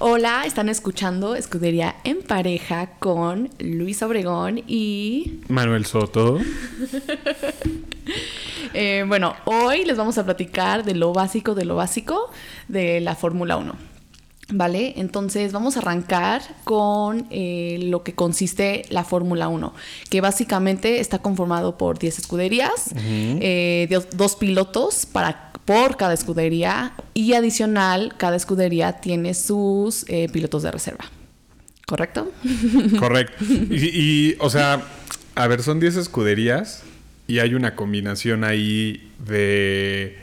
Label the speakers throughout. Speaker 1: Hola, están escuchando Escudería en pareja con Luis Obregón y...
Speaker 2: Manuel Soto.
Speaker 1: Eh, bueno, hoy les vamos a platicar de lo básico, de lo básico de la Fórmula 1. ¿Vale? Entonces vamos a arrancar con eh, lo que consiste la Fórmula 1, que básicamente está conformado por 10 escuderías, eh, dos, dos pilotos para, por cada escudería y adicional, cada escudería tiene sus eh, pilotos de reserva. ¿Correcto?
Speaker 2: Correcto. Y, y, o sea, a ver, son 10 escuderías y hay una combinación ahí de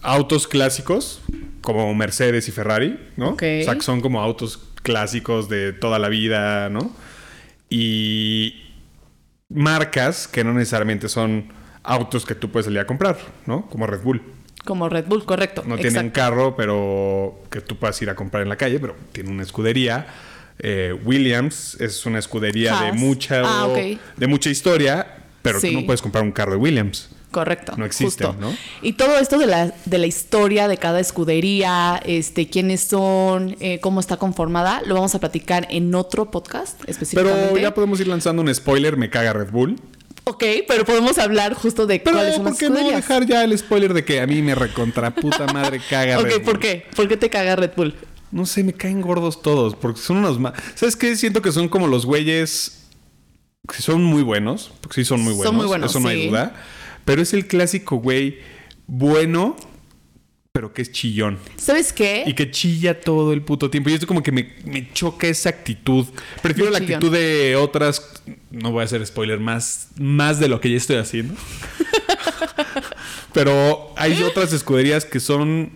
Speaker 2: autos clásicos, como Mercedes y Ferrari, ¿no?
Speaker 1: Ok.
Speaker 2: O sea, que son como autos clásicos de toda la vida, ¿no? Y marcas que no necesariamente son autos que tú puedes salir a comprar, ¿no? Como Red Bull.
Speaker 1: Como Red Bull, correcto.
Speaker 2: No tiene un
Speaker 1: exacto.
Speaker 2: carro, pero que tú puedas ir a comprar en la calle, pero tiene una escudería. Eh, Williams es una escudería de
Speaker 1: Haas.
Speaker 2: mucha,
Speaker 1: Ah, ok.
Speaker 2: de mucha historia, pero
Speaker 1: Sí.
Speaker 2: tú no puedes comprar un carro de Williams.
Speaker 1: Correcto.
Speaker 2: No existen,
Speaker 1: justo.
Speaker 2: ¿no?
Speaker 1: Y todo esto de la, de la historia de cada escudería, este, quiénes son, eh, cómo está conformada, lo vamos a platicar en otro podcast específicamente.
Speaker 2: Pero ya podemos ir lanzando un spoiler, me caga Red Bull.
Speaker 1: Ok, pero podemos hablar justo de
Speaker 2: Pero
Speaker 1: cuáles son
Speaker 2: ¿por
Speaker 1: las
Speaker 2: qué no
Speaker 1: escuderías.
Speaker 2: dejar ya el spoiler de que a mí me recontra puta madre caga Red
Speaker 1: ok,
Speaker 2: Bull?
Speaker 1: ¿por qué? ¿Por qué te caga Red Bull?
Speaker 2: No sé, me caen gordos todos, porque son unos más... ¿Sabes qué? Siento que son como los güeyes que son muy buenos, porque sí son muy
Speaker 1: Son
Speaker 2: buenos,
Speaker 1: muy buenos,
Speaker 2: eso no
Speaker 1: sí.
Speaker 2: hay duda, pero es el clásico güey bueno, pero que es chillón.
Speaker 1: ¿Sabes qué?
Speaker 2: Y que chilla todo el puto tiempo. Y esto como que me, me choca esa actitud. Prefiero
Speaker 1: De
Speaker 2: la
Speaker 1: chillón.
Speaker 2: actitud de otras... No voy a hacer spoiler más, más de lo que ya estoy haciendo. Pero hay otras escuderías que son...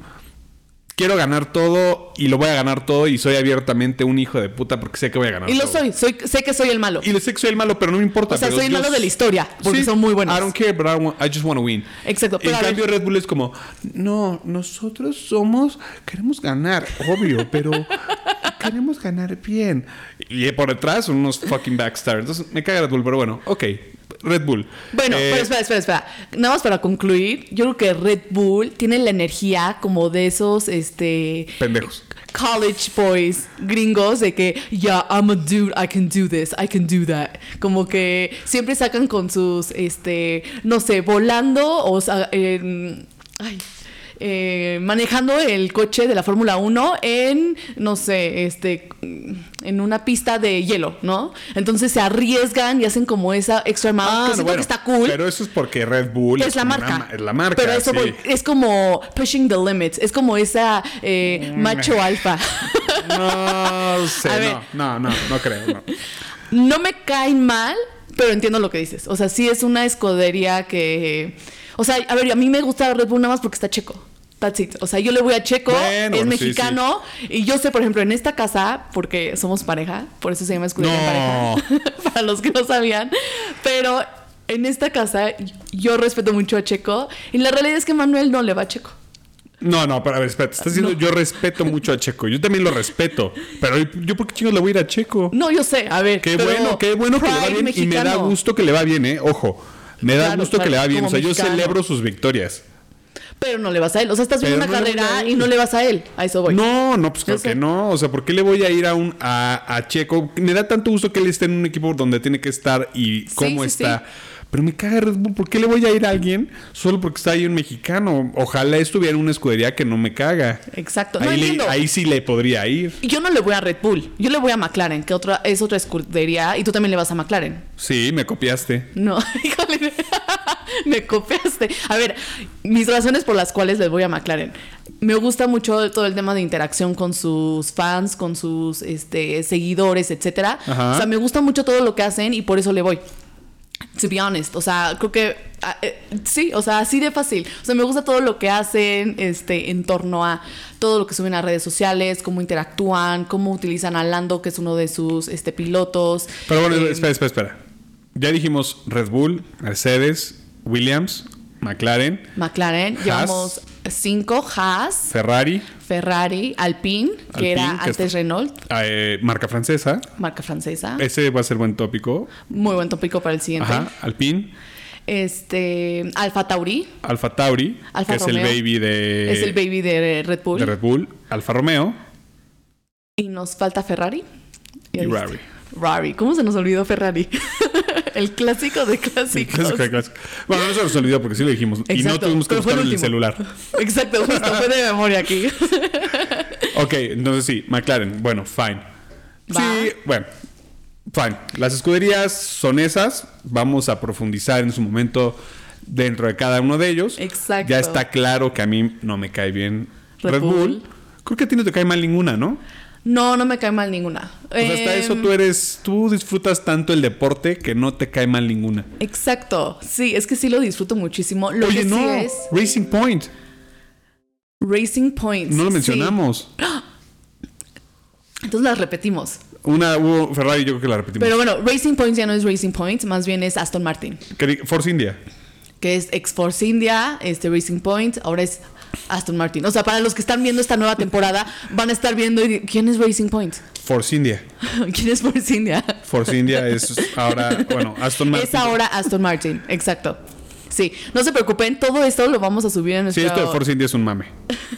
Speaker 2: Quiero ganar todo y lo voy a ganar todo y soy abiertamente un hijo de puta porque sé que voy a ganar
Speaker 1: Y lo
Speaker 2: todo.
Speaker 1: soy, soy, sé que soy el malo.
Speaker 2: Y le sé que soy el malo, pero no me importa.
Speaker 1: o sea,
Speaker 2: pero
Speaker 1: soy el
Speaker 2: yo
Speaker 1: malo de la historia, porque
Speaker 2: Sí,
Speaker 1: son muy buenos.
Speaker 2: I don't care, but I, want- I just want to win.
Speaker 1: Exacto, pero
Speaker 2: en
Speaker 1: a ver.
Speaker 2: cambio, Red Bull es como, no, nosotros somos, queremos ganar, obvio, pero queremos ganar bien. Y eh, por detrás, son unos fucking backstar. Entonces, me caga Red Bull, pero bueno, ok, Red Bull.
Speaker 1: Bueno,
Speaker 2: Eh,
Speaker 1: pero espera, espera, espera. Nada más para concluir, yo creo que Red Bull tiene la energía como de esos, este,
Speaker 2: Pendejos.
Speaker 1: college boys gringos de que yeah I'm a dude I can do this I can do that como que siempre sacan con sus este no sé volando o sa- en- ay, eh, manejando el coche de la Fórmula 1 en no sé este en una pista de hielo no entonces se arriesgan y hacen como esa extra mile que
Speaker 2: no,
Speaker 1: siento
Speaker 2: Ah, bueno,
Speaker 1: que está cool
Speaker 2: Pero eso es porque Red Bull
Speaker 1: es la
Speaker 2: como
Speaker 1: marca.
Speaker 2: una ma- es la marca.
Speaker 1: Pero eso
Speaker 2: sí.
Speaker 1: voy- es como pushing the limits. Es como esa eh, macho alfa.
Speaker 2: Mm. No
Speaker 1: A
Speaker 2: sé,
Speaker 1: ver.
Speaker 2: no, no, no, no creo. no.
Speaker 1: no me caen mal, pero entiendo lo que dices. O sea, sí es una escudería que. O sea, a ver, a mí me gusta Red Bull nada más porque está checo. That's it. O sea, yo le voy a Checo,
Speaker 2: Bueno,
Speaker 1: es
Speaker 2: bueno, sí,
Speaker 1: mexicano. Y yo sé, por ejemplo, en esta casa, porque somos pareja, por eso se llama escudería en
Speaker 2: No.
Speaker 1: pareja. para los que no sabían. Pero en esta casa, yo respeto mucho a Checo. Y la realidad es que Manuel no le va a Checo.
Speaker 2: No, no, pero a ver, espérate. Estás diciendo,
Speaker 1: No.
Speaker 2: yo respeto mucho a Checo. Yo también lo respeto. Pero yo, ¿por qué chingos le voy a ir a Checo?
Speaker 1: No, yo sé, a ver.
Speaker 2: Qué
Speaker 1: pero
Speaker 2: bueno, qué bueno que le va
Speaker 1: Pride
Speaker 2: bien. Y me da
Speaker 1: mexicano.
Speaker 2: gusto que le va bien, ¿eh? Ojo. Me da
Speaker 1: Claro,
Speaker 2: gusto que
Speaker 1: claro,
Speaker 2: le va bien.
Speaker 1: como
Speaker 2: O sea, yo
Speaker 1: mexicano.
Speaker 2: celebro sus victorias.
Speaker 1: Pero no le vas a él. O sea, estás viendo
Speaker 2: Pero
Speaker 1: una
Speaker 2: no le voy
Speaker 1: carrera
Speaker 2: a él.
Speaker 1: y no le vas a él. A eso voy.
Speaker 2: No, no, pues creo
Speaker 1: sé.
Speaker 2: que no. O sea, ¿por qué le voy a ir a un a, a Checo? Me da tanto gusto que él esté en un equipo donde tiene que estar y cómo
Speaker 1: sí,
Speaker 2: está. Pero me caga Red Bull. ¿Por qué le voy a ir a alguien solo porque está ahí un mexicano? Ojalá estuviera en una escudería que no me caga.
Speaker 1: Exacto. no
Speaker 2: Ahí, le-
Speaker 1: entiendo.
Speaker 2: ahí sí le podría ir.
Speaker 1: Y Yo no le voy a Red Bull. Yo le voy a McLaren, que otra es otra escudería. Y tú también le vas a McLaren.
Speaker 2: Sí, me copiaste.
Speaker 1: No, híjole. me copiaste. A ver, mis razones por las cuales les voy a McLaren. Me gusta mucho todo el tema de interacción con sus fans, con sus este, seguidores, etcétera.
Speaker 2: Ajá.
Speaker 1: O sea, me gusta mucho todo lo que hacen y por eso le voy. To be honest, o sea, creo que ah, eh, sí, o sea, así de fácil. O sea, me gusta todo lo que hacen este, en torno a todo lo que suben a redes sociales, cómo interactúan, cómo utilizan a Lando, que es uno de sus este, pilotos.
Speaker 2: Pero bueno,
Speaker 1: Eh,
Speaker 2: espera, espera, espera. Ya dijimos Red Bull, Mercedes, Williams, McLaren,
Speaker 1: McLaren,
Speaker 2: Haas.
Speaker 1: llevamos cinco, Haas,
Speaker 2: Ferrari,
Speaker 1: Ferrari, Alpine, que
Speaker 2: Alpine,
Speaker 1: era
Speaker 2: que
Speaker 1: antes
Speaker 2: está-
Speaker 1: Renault,
Speaker 2: eh, marca francesa.
Speaker 1: marca francesa.
Speaker 2: Ese va a ser buen tópico.
Speaker 1: Muy buen tópico para el siguiente.
Speaker 2: Ajá. Alpine,
Speaker 1: Este, Alfa Tauri,
Speaker 2: Alfa Tauri,
Speaker 1: Alfa
Speaker 2: que es el
Speaker 1: Romeo.
Speaker 2: baby Eh, de,
Speaker 1: es el baby de Red Bull.
Speaker 2: de Red Bull, Alfa Romeo,
Speaker 1: Y nos falta Ferrari. Ya
Speaker 2: Y
Speaker 1: dijiste.
Speaker 2: Rari.
Speaker 1: Rari. ¿Cómo se nos olvidó Ferrari? el clásico de clásicos.
Speaker 2: Clásico de clásico. Bueno, no se nos olvidó porque sí lo dijimos. y no
Speaker 1: Exacto,
Speaker 2: tuvimos que
Speaker 1: pero fue
Speaker 2: buscarlo
Speaker 1: el
Speaker 2: en el
Speaker 1: último.
Speaker 2: celular.
Speaker 1: Exacto, justo fue de memoria aquí.
Speaker 2: Ok, entonces sí, McLaren. Bueno, fine.
Speaker 1: Va.
Speaker 2: Sí, bueno. Fine. Las escuderías son esas. Vamos a profundizar en su momento dentro de cada uno de ellos.
Speaker 1: Exacto.
Speaker 2: Ya está claro que a mí no me cae bien Red,
Speaker 1: Red
Speaker 2: Bull.
Speaker 1: Bull.
Speaker 2: Creo que a ti no te cae mal ninguna, ¿no?
Speaker 1: No, no me cae mal ninguna.
Speaker 2: O sea, hasta eso
Speaker 1: Em,
Speaker 2: tú eres, tú disfrutas tanto el deporte que no te cae mal ninguna.
Speaker 1: Em, Exacto, sí, es que sí lo disfruto muchísimo. Lo
Speaker 2: Oye,
Speaker 1: que
Speaker 2: no,
Speaker 1: sí es
Speaker 2: Racing Point,
Speaker 1: Racing Points.
Speaker 2: no lo
Speaker 1: sí.
Speaker 2: mencionamos.
Speaker 1: Entonces las repetimos.
Speaker 2: Una hubo Ferrari, yo creo que la repetimos.
Speaker 1: Pero bueno, Racing Points ya no es Racing Points, más bien es Aston Martin,
Speaker 2: Que di- Force India.
Speaker 1: que es ex Force India, este Racing Points, ahora es Aston Martin. O sea, para los que están viendo esta nueva temporada, van a estar viendo y di- quién es Racing Points,
Speaker 2: Force India.
Speaker 1: quién es Force India.
Speaker 2: Force India es ahora, bueno, Aston Martin.
Speaker 1: Es ahora Aston Martin, exacto. Sí, no se preocupen, todo esto lo vamos a subir en
Speaker 2: Sí,
Speaker 1: nuestro
Speaker 2: esto de Force India es un mame.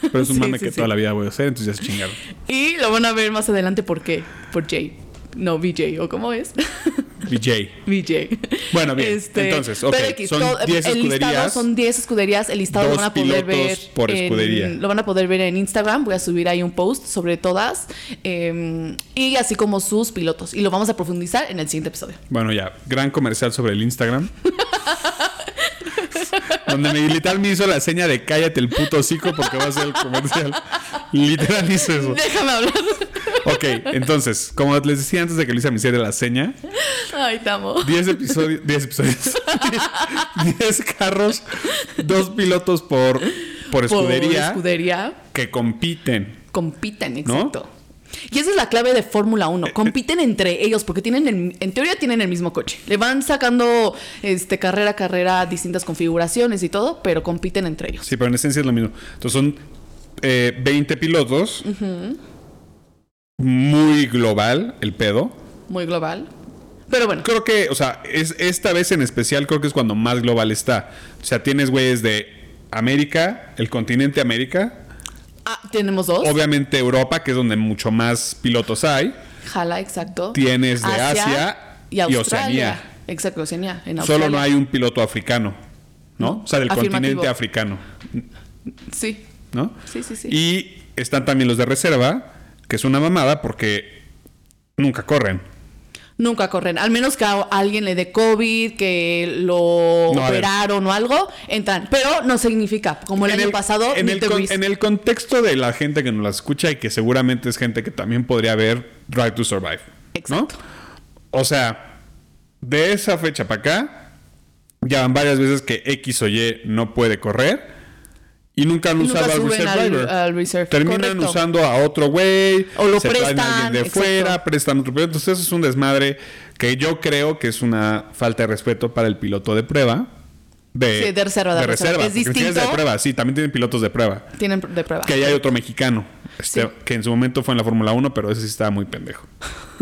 Speaker 2: Pero es un
Speaker 1: Sí,
Speaker 2: mame
Speaker 1: sí,
Speaker 2: que
Speaker 1: sí.
Speaker 2: toda la vida voy a hacer, entonces ya se chingaron.
Speaker 1: Y lo van a ver más adelante por qué. Por Jay. No, BJ, ¿o cómo es?
Speaker 2: BJ.
Speaker 1: BJ.
Speaker 2: Bueno, bien, entonces, ok, son
Speaker 1: Este, todo- eh,
Speaker 2: 10
Speaker 1: el listado
Speaker 2: escuderías.
Speaker 1: son 10 escuderías. El listado lo
Speaker 2: Dos
Speaker 1: van a poder ver.
Speaker 2: pilotos por
Speaker 1: en-
Speaker 2: escudería.
Speaker 1: lo van a poder ver en Instagram. Voy a subir ahí un post sobre todas. eh, y así como sus pilotos. Y lo vamos a profundizar en el siguiente episodio.
Speaker 2: Bueno, ya, gran comercial sobre el Instagram. Donde me, literal me hizo la seña de cállate el puto hocico porque va a ser el comercial. literal hizo eso.
Speaker 1: Déjame hablar.
Speaker 2: Ok, entonces, como les decía antes de que Luisa me hiciera la seña,
Speaker 1: Ay, te amo.
Speaker 2: 10 episodios, 10 episodios, 10 carros, dos pilotos por, por
Speaker 1: Por
Speaker 2: escudería
Speaker 1: escudería.
Speaker 2: que compiten.
Speaker 1: Compiten,
Speaker 2: ¿No?
Speaker 1: exacto. Y esa es la clave de Fórmula 1. Compiten entre ellos porque tienen, el- en teoría, tienen el mismo coche. Le van sacando este, carrera a carrera distintas configuraciones y todo, pero compiten entre ellos.
Speaker 2: Sí, pero en esencia es lo mismo. Entonces son eh, 20 pilotos. Muy global el pedo.
Speaker 1: Muy global. Pero bueno,
Speaker 2: Creo que, o sea, es, esta vez en especial creo que es cuando más global está. O sea, tienes güeyes de América, el continente América.
Speaker 1: ah, tenemos dos.
Speaker 2: Obviamente Europa, que es donde mucho más pilotos hay.
Speaker 1: Jala, exacto.
Speaker 2: Tienes de Asia
Speaker 1: y,
Speaker 2: y
Speaker 1: Australia.
Speaker 2: Oceanía.
Speaker 1: Exacto, Oceanía. En
Speaker 2: Solo
Speaker 1: Australia.
Speaker 2: no hay un piloto africano, ¿no? O sea, del
Speaker 1: Afirmativo.
Speaker 2: continente africano,
Speaker 1: Sí,
Speaker 2: ¿no?
Speaker 1: sí, sí, sí.
Speaker 2: Y están también los de reserva, que es una mamada porque nunca corren.
Speaker 1: Nunca corren. Al menos que a alguien le dé COVID, que lo
Speaker 2: No, a ver.
Speaker 1: operaron o algo, entran. Pero no significa, como el
Speaker 2: En
Speaker 1: año pasado,
Speaker 2: en
Speaker 1: Nick
Speaker 2: el,
Speaker 1: de
Speaker 2: con-
Speaker 1: Vries.
Speaker 2: en el contexto de la gente que nos la escucha y que seguramente es gente que también podría ver Drive to Survive.
Speaker 1: Exacto.
Speaker 2: ¿no? O sea, de esa fecha para acá, ya van varias veces que X o Y no puede correr y nunca han
Speaker 1: Y
Speaker 2: usado
Speaker 1: nunca
Speaker 2: al
Speaker 1: suben
Speaker 2: Reserve
Speaker 1: al-
Speaker 2: Driver.
Speaker 1: al reserve,
Speaker 2: Terminan
Speaker 1: correcto.
Speaker 2: usando a otro güey,
Speaker 1: O lo
Speaker 2: se traen a alguien
Speaker 1: prestan,
Speaker 2: de
Speaker 1: exacto.
Speaker 2: fuera, prestan otro piloto. Entonces, eso es un desmadre que yo creo que es una falta de respeto para el piloto de prueba. De,
Speaker 1: Sí, de reserva, de reserva. Es
Speaker 2: porque tienes
Speaker 1: distinto.
Speaker 2: de prueba, sí, también tienen pilotos de prueba.
Speaker 1: Tienen de prueba.
Speaker 2: Que ahí hay otro mexicano. este,
Speaker 1: Sí.
Speaker 2: Que en su momento fue en la Fórmula 1, pero ese sí estaba muy pendejo.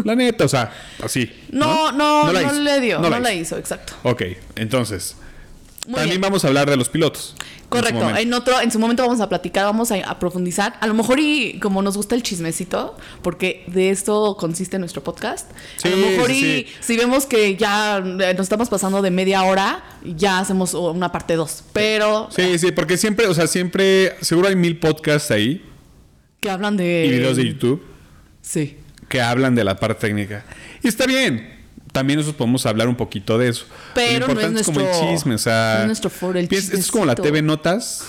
Speaker 2: La neta, o sea, así.
Speaker 1: No, no, no,
Speaker 2: hizo,
Speaker 1: le dio, no,
Speaker 2: la
Speaker 1: la hizo, exacto.
Speaker 2: Ok, entonces.
Speaker 1: Muy
Speaker 2: también
Speaker 1: bien.
Speaker 2: vamos a hablar de los pilotos. en su
Speaker 1: Correcto, en,
Speaker 2: momento.
Speaker 1: otro, en su momento vamos a platicar, vamos a, a profundizar. A lo mejor y como nos gusta el chismecito, porque de esto consiste nuestro podcast.
Speaker 2: Sí,
Speaker 1: a lo mejor
Speaker 2: sí,
Speaker 1: y si vemos que ya eh, nos estamos pasando de media hora, ya hacemos una parte dos. Pero
Speaker 2: Sí, sí, porque siempre, o sea, siempre. Seguro hay mil podcasts ahí
Speaker 1: que hablan de.
Speaker 2: y videos de YouTube
Speaker 1: Sí.
Speaker 2: que hablan de la parte técnica. Y está bien. También nosotros podemos hablar un poquito de eso.
Speaker 1: Pero no es
Speaker 2: como
Speaker 1: nuestro-
Speaker 2: el chisme, o sea.
Speaker 1: no es nuestro foro, el
Speaker 2: piensa- Esto es como la
Speaker 1: chismecito.
Speaker 2: TV Notas.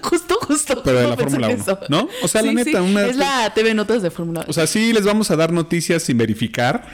Speaker 1: Justo, justo.
Speaker 2: Pero de la
Speaker 1: justo
Speaker 2: Fórmula
Speaker 1: pensé
Speaker 2: 1,
Speaker 1: eso.
Speaker 2: ¿no? O sea, la
Speaker 1: Sí,
Speaker 2: neta,
Speaker 1: sí,
Speaker 2: una-
Speaker 1: Es la TV Notas de Fórmula 1.
Speaker 2: O sea, sí les vamos a dar noticias sin verificar.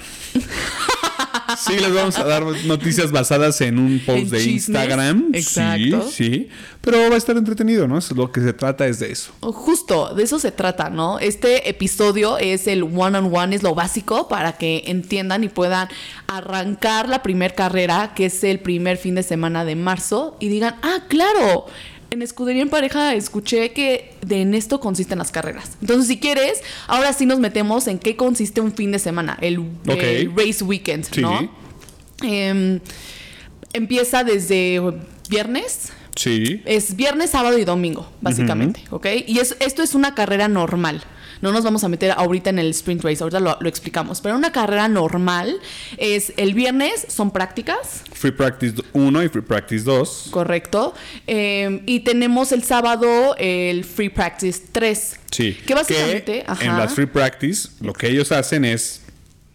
Speaker 2: Sí les vamos a dar noticias basadas en un post
Speaker 1: En
Speaker 2: de
Speaker 1: chismes.
Speaker 2: Instagram.
Speaker 1: Exacto.
Speaker 2: Sí, sí. Pero va a estar entretenido, ¿no? Eso es lo que se trata es de eso.
Speaker 1: Justo, de eso se trata, ¿no? Este episodio es el one-on-one, es lo básico para que entiendan y puedan arrancar la primer carrera, que es el primer fin de semana de marzo, y digan, ah, claro, en Escudería en Pareja escuché que de en esto consisten las carreras. Entonces, si quieres, ahora sí nos metemos en qué consiste un fin de semana, el,
Speaker 2: Ok.
Speaker 1: el race weekend,
Speaker 2: Sí.
Speaker 1: ¿no? Em, empieza desde viernes,
Speaker 2: Sí.
Speaker 1: es viernes, sábado y domingo, básicamente, ¿ok? Y es, esto es una carrera normal. No nos vamos a meter ahorita en el sprint race, ahorita lo, lo explicamos. Pero una carrera normal es el viernes son prácticas,
Speaker 2: Free Practice 1 y Free Practice 2.
Speaker 1: correcto. Eh, y tenemos el sábado el free practice 3.
Speaker 2: Sí.
Speaker 1: Que básicamente, ajá.
Speaker 2: en las Free Practice lo que ellos hacen es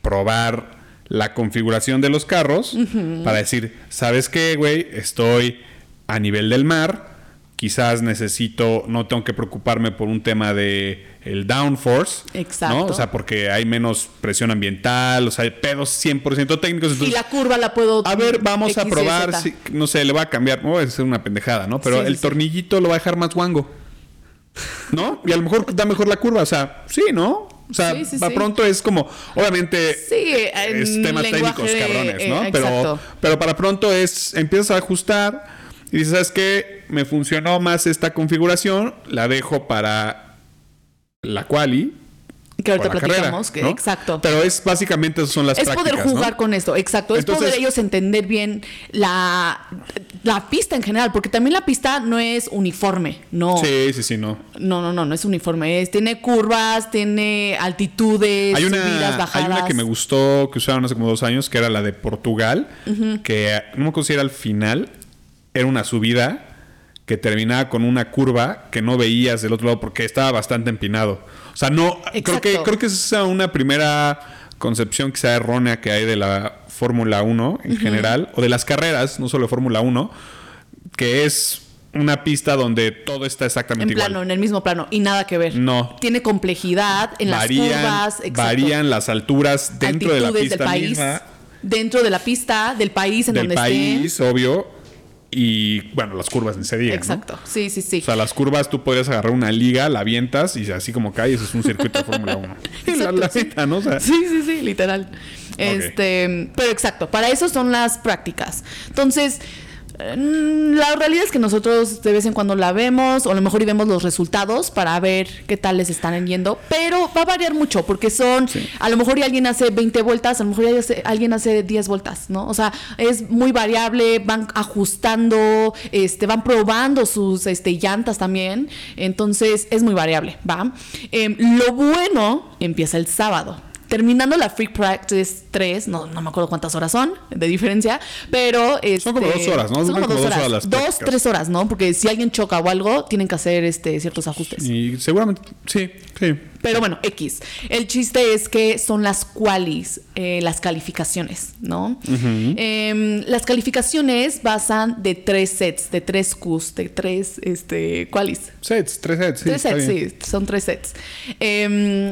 Speaker 2: probar la configuración de los carros para decir, ¿sabes qué, güey? Estoy a nivel del mar. Quizás necesito, no tengo que preocuparme por un tema de el downforce. ¿no?
Speaker 1: Exacto.
Speaker 2: O sea, porque hay menos presión ambiental, o sea, hay pedos 100% técnicos.
Speaker 1: Y
Speaker 2: entonces-
Speaker 1: la curva la puedo.
Speaker 2: A ver, vamos a
Speaker 1: X, Y,
Speaker 2: probar
Speaker 1: Z.
Speaker 2: si, no sé, le va a cambiar, no, es una pendejada, ¿no? Pero
Speaker 1: Sí, sí,
Speaker 2: el
Speaker 1: sí.
Speaker 2: tornillito lo va a dejar más guango. ¿No? Y a lo mejor da mejor la curva, o sea, sí, ¿no? O sea,
Speaker 1: Sí, sí,
Speaker 2: pa'
Speaker 1: sí.
Speaker 2: pronto es como, obviamente,
Speaker 1: Sí, en
Speaker 2: es temas
Speaker 1: lenguaje,
Speaker 2: técnicos, cabrones,
Speaker 1: eh,
Speaker 2: ¿no?
Speaker 1: exacto.
Speaker 2: pero, pero para pronto es, empiezas a ajustar y dices, ¿sabes qué? Me funcionó más esta configuración, la dejo para la quali.
Speaker 1: Que ahorita
Speaker 2: o la carrera,
Speaker 1: platicamos. que-
Speaker 2: ¿no?
Speaker 1: Exacto.
Speaker 2: Pero es básicamente esas son las
Speaker 1: es
Speaker 2: prácticas.
Speaker 1: poder jugar
Speaker 2: ¿no?
Speaker 1: con esto, exacto. Es
Speaker 2: Entonces-
Speaker 1: poder ellos entender bien la, la pista en general, porque también la pista no es uniforme, no.
Speaker 2: Sí, sí, sí, no.
Speaker 1: No, no, no, no es uniforme. Es, tiene curvas, tiene altitudes,
Speaker 2: Hay
Speaker 1: subidas,
Speaker 2: una, hay
Speaker 1: bajadas.
Speaker 2: una que me gustó, que usaron hace como dos años, que era la de Portugal, que no me acuerdo si era al final, era una subida que terminaba con una curva que no veías del otro lado porque estaba bastante empinado. O sea, no, creo
Speaker 1: Exacto.
Speaker 2: que, creo que esa es una primera concepción quizá errónea que hay de la Fórmula 1 en general, o de las carreras, no solo de Fórmula 1, que es una pista donde todo está
Speaker 1: En
Speaker 2: exactamente
Speaker 1: plano,
Speaker 2: igual.
Speaker 1: en el mismo plano, y nada que ver.
Speaker 2: No.
Speaker 1: Tiene complejidad en
Speaker 2: Varían,
Speaker 1: las curvas, exacto.
Speaker 2: varían las alturas dentro de la
Speaker 1: altitudes
Speaker 2: pista
Speaker 1: del país.
Speaker 2: misma.
Speaker 1: Dentro de la pista, del país en
Speaker 2: del
Speaker 1: donde
Speaker 2: país,
Speaker 1: esté.
Speaker 2: obvio. Y bueno, las curvas en serie.
Speaker 1: Exacto. Sí, sí, sí.
Speaker 2: O sea, las curvas tú podrías agarrar una liga, la avientas y así como caes, es un circuito de Fórmula 1. Y la,
Speaker 1: Exacto,
Speaker 2: la
Speaker 1: sí.
Speaker 2: avientan, ¿no? O sea,
Speaker 1: Sí, sí, sí, literal. Este, pero exacto, para eso son las prácticas. Entonces, eh, la realidad es que nosotros de vez en cuando la vemos, o a lo mejor y vemos los resultados para ver qué tal les están yendo, pero va a variar mucho porque son, a lo mejor y alguien hace 20 vueltas, a lo mejor y hace- alguien hace 10 vueltas, ¿no? O sea, es muy variable, van ajustando, este, van probando sus este, llantas también, entonces es muy variable, ¿va? Em, lo bueno empieza el sábado. Terminando la Free Practice 3, no, no me acuerdo cuántas horas son de diferencia, pero. este,
Speaker 2: como dos horas, ¿no?
Speaker 1: Son
Speaker 2: Duran
Speaker 1: como dos horas.
Speaker 2: las
Speaker 1: dos,
Speaker 2: prácticas.
Speaker 1: tres horas, ¿no? Porque si alguien choca o algo, tienen que hacer este, ciertos ajustes.
Speaker 2: y seguramente, sí, sí.
Speaker 1: Pero bueno, X. El chiste es que son las qualis, eh, las calificaciones, ¿no? Em, las calificaciones basan de tres sets, de tres Qs, de tres este, qualis.
Speaker 2: Sets, tres sets. Sí,
Speaker 1: tres
Speaker 2: está
Speaker 1: sets,
Speaker 2: bien.
Speaker 1: sí, son tres sets. Em,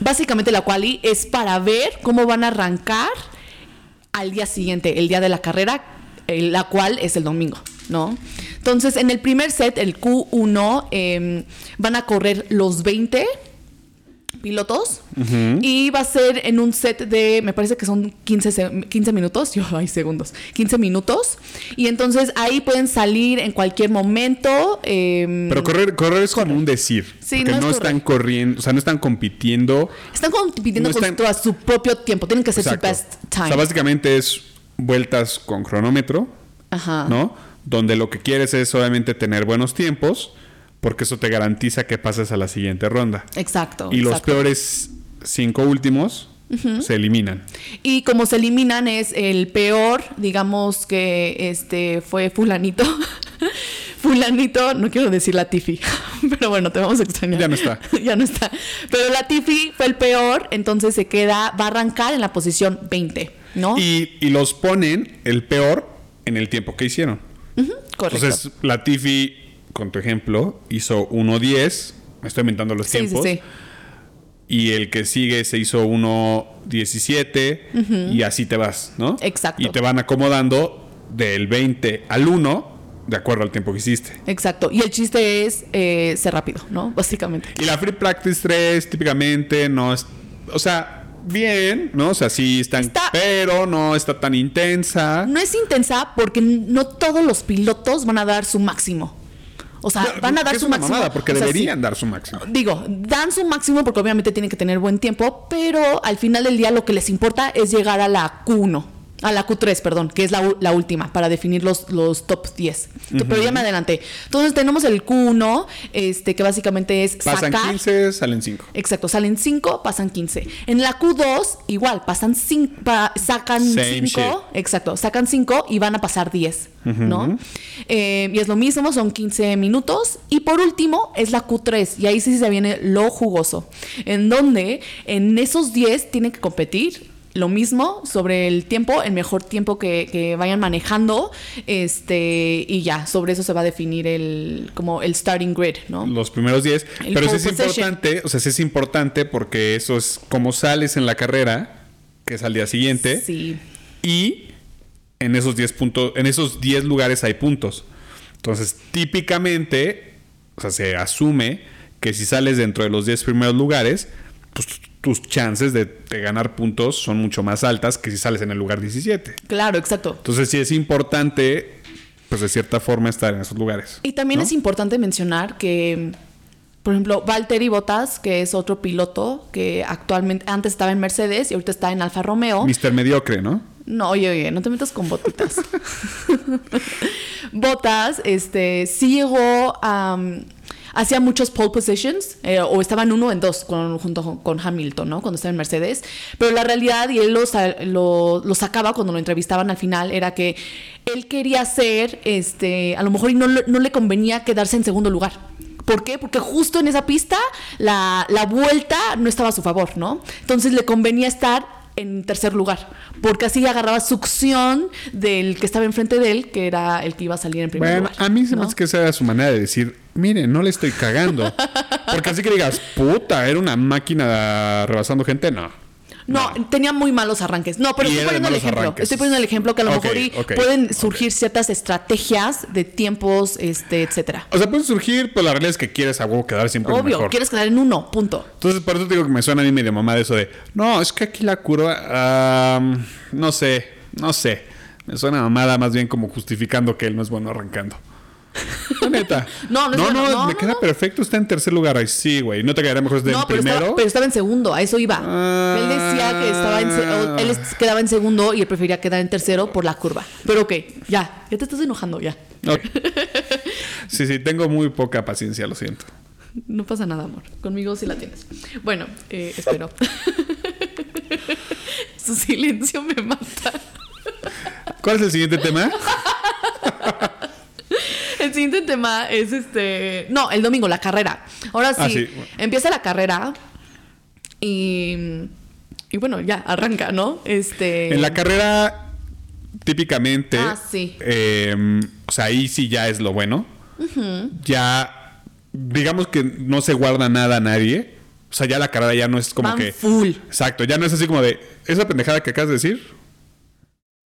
Speaker 1: básicamente la quali es para ver cómo van a arrancar al día siguiente, el día de la carrera, eh, la cual es el domingo, ¿no? Entonces, en el primer set, el Q1, em, van a correr los 20 pilotos y va a ser en un set de, me parece que son 15, se- 15 minutos, yo, hay segundos, 15 minutos. Y entonces ahí pueden salir en cualquier momento. em,
Speaker 2: Pero correr, correr es como un decir.
Speaker 1: Sí,
Speaker 2: porque
Speaker 1: no
Speaker 2: no,
Speaker 1: es
Speaker 2: están corriendo, o sea, no están compitiendo.
Speaker 1: Están compitiendo
Speaker 2: No
Speaker 1: con
Speaker 2: están-
Speaker 1: todo a su propio tiempo. Tienen que hacer
Speaker 2: Exacto.
Speaker 1: su best
Speaker 2: O
Speaker 1: time.
Speaker 2: sea, básicamente es vueltas con cronómetro.
Speaker 1: Ajá.
Speaker 2: ¿no? Donde lo que quieres es obviamente tener buenos tiempos, porque eso te garantiza que pases a la siguiente ronda.
Speaker 1: Exacto.
Speaker 2: y los
Speaker 1: exacto.
Speaker 2: peores cinco últimos se eliminan.
Speaker 1: Y como se eliminan es el peor, digamos que este fue fulanito. fulanito, no quiero decir la Tifi, pero bueno, te vamos a extrañar.
Speaker 2: Ya no está.
Speaker 1: ya no está. Pero la Tifi fue el peor, entonces se queda, va a arrancar en la posición 20, ¿no?
Speaker 2: Y, y los ponen el peor en el tiempo que hicieron. pues,
Speaker 1: Correcto.
Speaker 2: Entonces, Latifi, con tu ejemplo, hizo 1.10. Me estoy inventando los
Speaker 1: sí, sí,
Speaker 2: tiempos.
Speaker 1: sí.
Speaker 2: Y el que sigue se hizo 1.17 y así te vas, ¿no?
Speaker 1: Exacto.
Speaker 2: Y te van acomodando del 20 al 1 de acuerdo al tiempo que hiciste.
Speaker 1: Exacto. Y el chiste es eh, ser rápido, ¿no? Básicamente.
Speaker 2: Y la Free Practice 3 típicamente no es... O sea, bien, ¿no? O sea, sí están...
Speaker 1: Está-
Speaker 2: Pero no está tan intensa.
Speaker 1: No es intensa porque no todos los pilotos van a dar su máximo. O sea,
Speaker 2: No,
Speaker 1: van a
Speaker 2: que
Speaker 1: dar
Speaker 2: es
Speaker 1: su
Speaker 2: una
Speaker 1: máximo.
Speaker 2: mamada, porque
Speaker 1: O sea, sí.
Speaker 2: deberían dar su máximo.
Speaker 1: digo, dan su máximo porque obviamente tienen que tener buen tiempo, pero al final del día lo que les importa es llegar a la Q1, A la Q3, perdón, que es la, u- la última para definir los, los top 10. Pero ya me adelanté. Entonces tenemos el Q1, este, que básicamente es
Speaker 2: Pasan
Speaker 1: sacar.
Speaker 2: 15, salen 5.
Speaker 1: Exacto, salen 5, pasan 15. En la Q2, igual, pasan 5, sacan
Speaker 2: Same
Speaker 1: 5, exacto, sacan 5 y van a pasar 10, ¿no? Eh, y es lo mismo, son 15 minutos. Y por último, es la Q3, y ahí sí se viene lo jugoso, en donde en esos 10 tienen que competir. Lo mismo sobre el tiempo, el mejor tiempo que, que vayan manejando, este, y ya, sobre eso se va a definir el, como el starting grid, ¿no?
Speaker 2: Los primeros
Speaker 1: El
Speaker 2: 10.
Speaker 1: pues,
Speaker 2: Pero sí
Speaker 1: pole
Speaker 2: es
Speaker 1: position.
Speaker 2: importante, o sea, sí es importante porque eso es como sales en la carrera, que es al día siguiente.
Speaker 1: Sí.
Speaker 2: Y en esos 10 puntos, en esos 10 lugares hay puntos. Entonces, típicamente, o sea, se asume que si sales dentro de los 10 primeros lugares, pues tus chances de, de ganar puntos son mucho más altas que si sales en el lugar 17.
Speaker 1: Claro, exacto.
Speaker 2: Entonces, sí es importante, pues de cierta forma, estar en esos lugares.
Speaker 1: Y también
Speaker 2: ¿no?
Speaker 1: es importante mencionar que, por ejemplo, Valtteri Bottas, que es otro piloto que actualmente antes estaba en Mercedes y ahorita está en Alfa Romeo.
Speaker 2: Mister Mediocre, ¿no?
Speaker 1: No, oye, oye, no te metas con botitas. Botas, este, sí llegó a. um, hacía muchos pole positions, eh, o estaba en uno o en dos con- junto con Hamilton, ¿no? Cuando estaba en Mercedes. Pero la realidad, y él lo, sa- lo- lo sacaba cuando lo entrevistaban al final, era que él quería ser, este, a lo mejor y no, le- no le convenía quedarse en segundo lugar. ¿Por qué? Porque justo en esa pista la, la vuelta no estaba a su favor, ¿no? Entonces le convenía estar en tercer lugar, porque así agarraba succión del que estaba enfrente de él, que era el que iba a salir en primer
Speaker 2: Bueno,
Speaker 1: lugar.
Speaker 2: a mí se me
Speaker 1: ¿no?
Speaker 2: hace que esa era su manera de decir, miren, no le estoy cagando. Porque así que digas, puta, era una máquina rebasando gente, no.
Speaker 1: No, tenía muy malos arranques. No, pero
Speaker 2: Y
Speaker 1: estoy
Speaker 2: era de
Speaker 1: poniendo el
Speaker 2: malos
Speaker 1: ejemplo.
Speaker 2: arranques.
Speaker 1: Estoy poniendo el ejemplo que a lo
Speaker 2: Ok,
Speaker 1: mejor y
Speaker 2: ok,
Speaker 1: pueden
Speaker 2: ok.
Speaker 1: surgir ciertas estrategias de tiempos, este, etcétera.
Speaker 2: O sea, puede surgir, pero la realidad es que quieres a huevo quedar siempre el
Speaker 1: Obvio,
Speaker 2: mejor.
Speaker 1: quieres quedar en uno, punto.
Speaker 2: Entonces, por eso te digo que me suena a mí medio mamá de eso de, no, es que aquí la curva, ah, no sé, no sé. Me suena mamada más bien como justificando que él no es bueno arrancando. La neta.
Speaker 1: No, no es
Speaker 2: no,
Speaker 1: bueno. No,
Speaker 2: me
Speaker 1: no,
Speaker 2: queda
Speaker 1: no.
Speaker 2: perfecto. Está en tercer lugar. Ay, sí, güey. ¿No te quedaría mejor desde
Speaker 1: no,
Speaker 2: el
Speaker 1: pero
Speaker 2: primero?
Speaker 1: estaba, pero estaba en segundo, a eso iba.
Speaker 2: Ah.
Speaker 1: él decía que estaba en se- o- él es- quedaba en segundo y él prefería quedar en tercero por la curva. Pero ok, ya, ya te estás enojando, ya.
Speaker 2: Ok. Sí, sí, tengo muy poca paciencia, lo siento.
Speaker 1: No pasa nada, amor. Conmigo sí la tienes. Bueno, eh, espero. Su silencio me mata.
Speaker 2: ¿Cuál es el siguiente tema?
Speaker 1: El siguiente tema es este. No, el domingo, la carrera. Ahora sí,
Speaker 2: Ah, sí.
Speaker 1: empieza la carrera y. Y bueno, ya, arranca, ¿no? Este.
Speaker 2: En la carrera, típicamente.
Speaker 1: Ah, sí.
Speaker 2: eh, o sea, ahí sí ya es lo bueno. Ya, digamos que no se guarda nada a nadie. O sea, ya la carrera ya no es como
Speaker 1: Van
Speaker 2: que.
Speaker 1: full.
Speaker 2: Exacto, ya no es así como de. Esa pendejada que acabas de decir.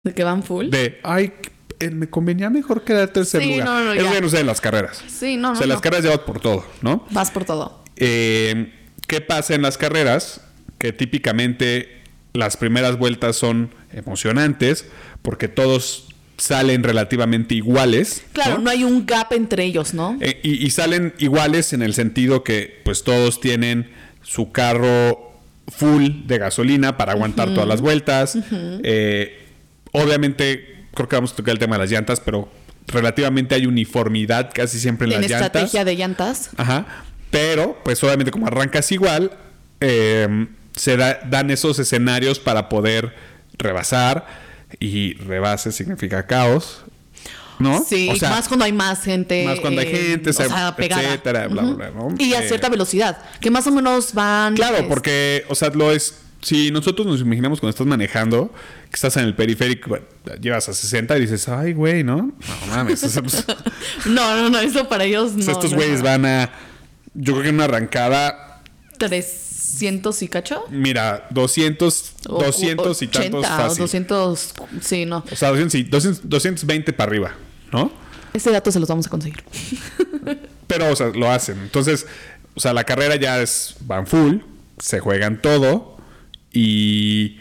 Speaker 1: ¿De que van full?
Speaker 2: De. Ay, eh, me convenía mejor quedar tercer
Speaker 1: Sí,
Speaker 2: lugar.
Speaker 1: no, no,
Speaker 2: es lo
Speaker 1: ya.
Speaker 2: que no sé de las carreras.
Speaker 1: Sí, no,
Speaker 2: o
Speaker 1: no.
Speaker 2: sea, las
Speaker 1: no.
Speaker 2: carreras llevas por todo, ¿no?
Speaker 1: Vas por todo.
Speaker 2: Eh, ¿Qué pasa en las carreras? Que típicamente las primeras vueltas son emocionantes porque todos salen relativamente iguales.
Speaker 1: Claro, no, hay un gap entre ellos, ¿no?
Speaker 2: Eh, y, y salen iguales en el sentido que pues todos tienen su carro full de gasolina para aguantar todas las vueltas. Eh, obviamente, creo que vamos a tocar el tema de las llantas, pero relativamente hay uniformidad casi siempre en,
Speaker 1: En
Speaker 2: las llantas.
Speaker 1: estrategia de llantas.
Speaker 2: Ajá. Pero, pues obviamente, como arrancas igual, eh, se da- dan esos escenarios para poder rebasar. Y rebase significa caos. ¿No?
Speaker 1: Sí,
Speaker 2: O sea,
Speaker 1: más cuando hay más gente. eh,
Speaker 2: más cuando hay gente,
Speaker 1: o
Speaker 2: se-
Speaker 1: sea, pegada.
Speaker 2: etcétera, bla,
Speaker 1: Ujú.
Speaker 2: bla, bla, ¿no?
Speaker 1: Y a
Speaker 2: Eh,
Speaker 1: cierta velocidad, que más o menos van.
Speaker 2: Claro,
Speaker 1: este,
Speaker 2: porque, o sea, lo es. Si nosotros nos imaginamos cuando estás manejando, que estás en el periférico, bueno, llevas a 60 y dices, ay, güey, ¿no? No mames. o sea, pues,
Speaker 1: No, no, no, eso para ellos no.
Speaker 2: o sea, Pues estos
Speaker 1: no,
Speaker 2: güeyes
Speaker 1: no.
Speaker 2: van a. Yo creo que en una arrancada
Speaker 1: 300 y cacho.
Speaker 2: Mira, 200,
Speaker 1: O-
Speaker 2: 200 y
Speaker 1: 80,
Speaker 2: tantos
Speaker 1: o
Speaker 2: fácil.
Speaker 1: 200, sí, no.
Speaker 2: O sea, 200 y- 200 220 para arriba, ¿no?
Speaker 1: Ese dato se los vamos a conseguir.
Speaker 2: Pero, o sea, lo hacen. Entonces, o sea, la carrera ya es van full, se juegan todo y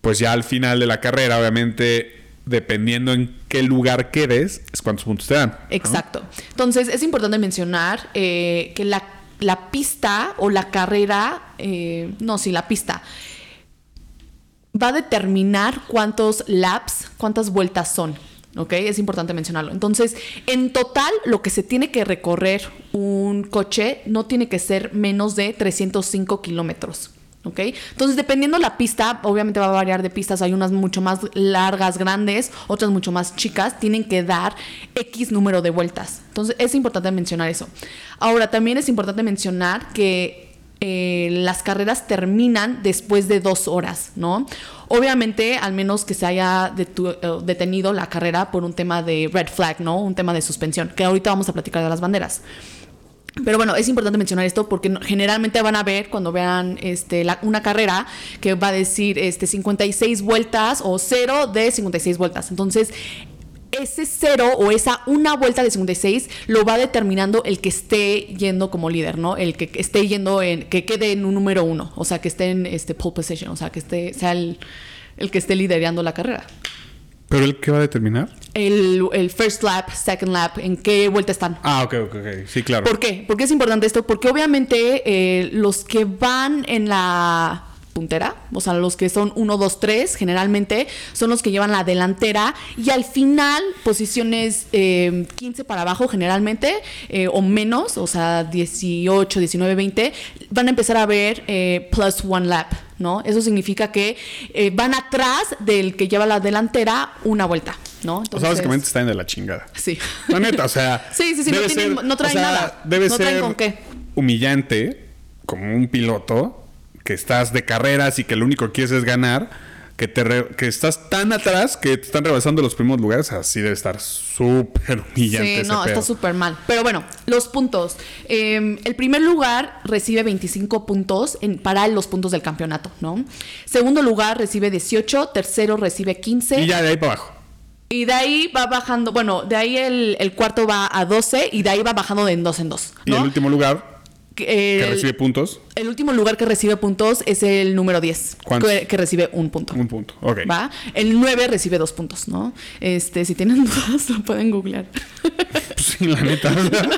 Speaker 2: pues ya al final de la carrera, obviamente, dependiendo en qué lugar quedes, es cuántos puntos te dan. ¿no?
Speaker 1: Exacto. Entonces, es importante mencionar eh, que la, la pista o la carrera, eh, no, sí, la pista, va a determinar cuántos laps, cuántas vueltas son. ¿Ok? Es importante mencionarlo. Entonces, en total, lo que se tiene que recorrer un coche no tiene que ser menos de 305 kilómetros. ¿Ok? Entonces, dependiendo la pista, obviamente va a variar de pistas. Hay unas mucho más largas, grandes, otras mucho más chicas. Tienen que dar X número de vueltas. Entonces, es importante mencionar eso. Ahora, también es importante mencionar que eh, las carreras terminan después de dos horas, ¿no? Obviamente, al menos que se haya detu- eh, detenido la carrera por un tema de red flag, ¿no? Un tema de suspensión, que ahorita vamos a platicar de las banderas. Pero bueno, es importante mencionar esto porque no- generalmente van a ver cuando vean este, la- una carrera que va a decir este, 56 vueltas o 0 de 56 vueltas. Entonces, ese 0 o esa una vuelta de 56 lo va determinando el que esté yendo como líder, ¿no? El que esté yendo en, que quede en un número uno, o sea, que esté en este pole position, o sea, que esté, sea el, el que esté liderando la carrera.
Speaker 2: ¿Pero el que va a determinar?
Speaker 1: El, el first lap, second lap, en qué vuelta están.
Speaker 2: Ah, ok, ok, ok. Sí, claro.
Speaker 1: ¿Por qué? ¿Por qué es importante esto? Porque obviamente eh, los que van en la puntera, o sea, los que son 1, 2, 3, generalmente son los que llevan la delantera y al final posiciones eh, 15 para abajo generalmente eh, o menos, o sea, 18, 19, 20, van a empezar a ver eh, plus one lap, ¿no? Eso significa que eh, van atrás del que lleva la delantera una vuelta, ¿no?
Speaker 2: o
Speaker 1: Entonces-
Speaker 2: sea, básicamente están de la chingada.
Speaker 1: Sí.
Speaker 2: La neta, o sea.
Speaker 1: Sí, sí, sí, no
Speaker 2: debe
Speaker 1: tienen- no traen nada.
Speaker 2: Debe
Speaker 1: No
Speaker 2: ser
Speaker 1: traen con qué.
Speaker 2: humillante como un piloto que estás de carreras y que lo único que quieres es ganar, que, te re- que estás tan atrás que te están rebasando los primeros lugares. Así debe estar súper humillante.
Speaker 1: Sí,
Speaker 2: ese
Speaker 1: no,
Speaker 2: pedo.
Speaker 1: está súper mal. Pero bueno, los puntos. Eh, el primer lugar recibe 25 puntos en- para los puntos del campeonato, ¿no? Segundo lugar recibe 18, tercero recibe 15.
Speaker 2: Y ya de ahí para abajo.
Speaker 1: Y de ahí va bajando, bueno, de ahí el, el cuarto va a 12 y de ahí va bajando de en dos en dos,
Speaker 2: Y el
Speaker 1: ¿no?
Speaker 2: último lugar
Speaker 1: Que
Speaker 2: que
Speaker 1: el-
Speaker 2: recibe puntos,
Speaker 1: el último lugar que recibe puntos es el número 10,
Speaker 2: ¿Cuántos?
Speaker 1: que, que recibe un punto.
Speaker 2: un punto. Ok.
Speaker 1: ¿Va? El 9 recibe dos puntos, ¿no? Este, si tienen dudas, lo pueden googlear.
Speaker 2: Sí, la neta. o sea.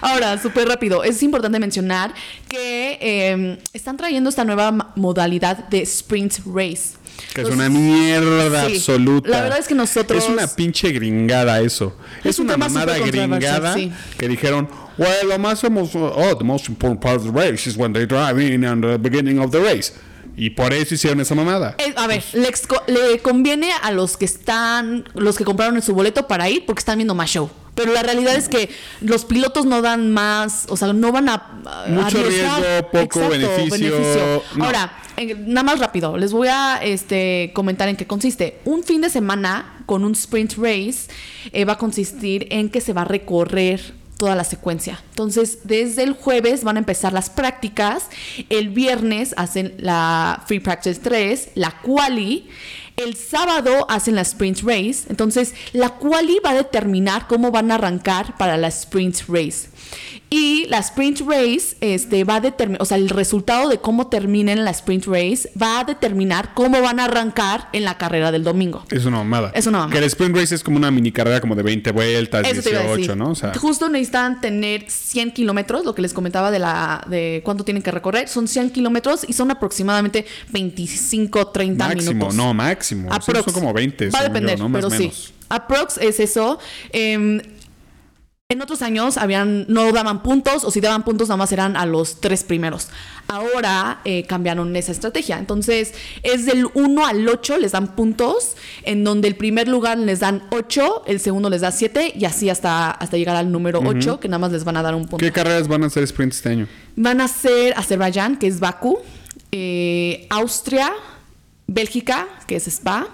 Speaker 1: Ahora, súper rápido, es importante mencionar que eh, están trayendo esta nueva ma- modalidad de sprint race.
Speaker 2: Que es
Speaker 1: Los-
Speaker 2: una mierda
Speaker 1: Pues Sí.
Speaker 2: absoluta.
Speaker 1: La verdad es que nosotros-
Speaker 2: Es una pinche gringada eso. Es,
Speaker 1: Es un
Speaker 2: una
Speaker 1: tema
Speaker 2: mamada
Speaker 1: súper controversial,
Speaker 2: gringada
Speaker 1: sí.
Speaker 2: que dijeron, well, lo más emo- oh, the most important part of the race is when they drive in at the beginning of the race. Y por eso hicieron esa mamada.
Speaker 1: Eh, a ver, les co- le conviene a los que están, los que compraron su boleto para ir porque están viendo más show. Pero la realidad es que los pilotos no dan más, o sea, no van a. a-
Speaker 2: Mucho riesgo, poco beneficio, no.
Speaker 1: Ahora, en- nada más rápido, les voy a este, comentar en qué consiste. Un fin de semana con un sprint race eh, va a consistir en que se va a recorrer toda la secuencia. Entonces, desde el jueves van a empezar las prácticas, el viernes hacen la Free Practice 3, la quali, el sábado hacen la sprint race, entonces la quali va a determinar cómo van a arrancar para la sprint race. Y la sprint race este, va a determinar, o sea, el resultado de cómo terminen la sprint race va a determinar cómo van a arrancar en la carrera del domingo.
Speaker 2: Es una mamada.
Speaker 1: Es una mamada.
Speaker 2: Que el sprint race es como una mini carrera como de 20 vueltas,
Speaker 1: Eso te iba a
Speaker 2: 18,
Speaker 1: decir.
Speaker 2: ¿no? O sea,
Speaker 1: Justo necesitan tener 100 kilómetros, lo que les comentaba de la de cuánto tienen que recorrer. Son 100 kilómetros y son aproximadamente 25, 30
Speaker 2: máximo,
Speaker 1: minutos.
Speaker 2: no, máximo. Sí,
Speaker 1: Aprox.
Speaker 2: son como 20,
Speaker 1: Va a
Speaker 2: según yo,
Speaker 1: depender,
Speaker 2: ¿no? Más
Speaker 1: pero
Speaker 2: o menos.
Speaker 1: sí. Aprox es eso. Eh, en otros años habían, no daban puntos o si daban puntos nada más eran a los tres primeros. Ahora eh, cambiaron esa estrategia. Entonces es del 1 al 8 les dan puntos, en donde el primer lugar les dan 8, el segundo les da 7 y así hasta, hasta llegar al número 8 que nada más les van a dar un punto.
Speaker 2: ¿Qué carreras van a hacer sprint este año?
Speaker 1: Van a ser Azerbaiyán, que es Bakú, eh, Austria, Bélgica, que es Spa,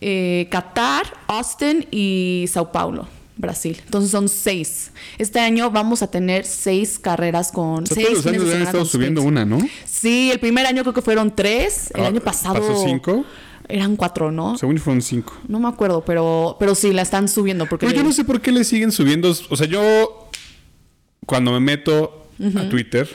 Speaker 1: eh, Qatar, Austin y Sao Paulo, Brasil. Entonces son seis. Este año vamos a tener seis carreras con
Speaker 2: O sea,
Speaker 1: seis
Speaker 2: todos los
Speaker 1: fines
Speaker 2: años
Speaker 1: de
Speaker 2: han
Speaker 1: semana
Speaker 2: estado
Speaker 1: con
Speaker 2: subiendo
Speaker 1: sprints.
Speaker 2: una, ¿no?
Speaker 1: Sí, el primer año creo que fueron tres. El
Speaker 2: Ah,
Speaker 1: año pasado.
Speaker 2: ¿pasó cinco?
Speaker 1: Eran cuatro, ¿no?
Speaker 2: Según yo fueron 5.
Speaker 1: No me acuerdo, pero, pero sí, la están subiendo. Porque
Speaker 2: Pero yo no sé por qué le siguen subiendo. O sea, yo cuando me meto a Twitter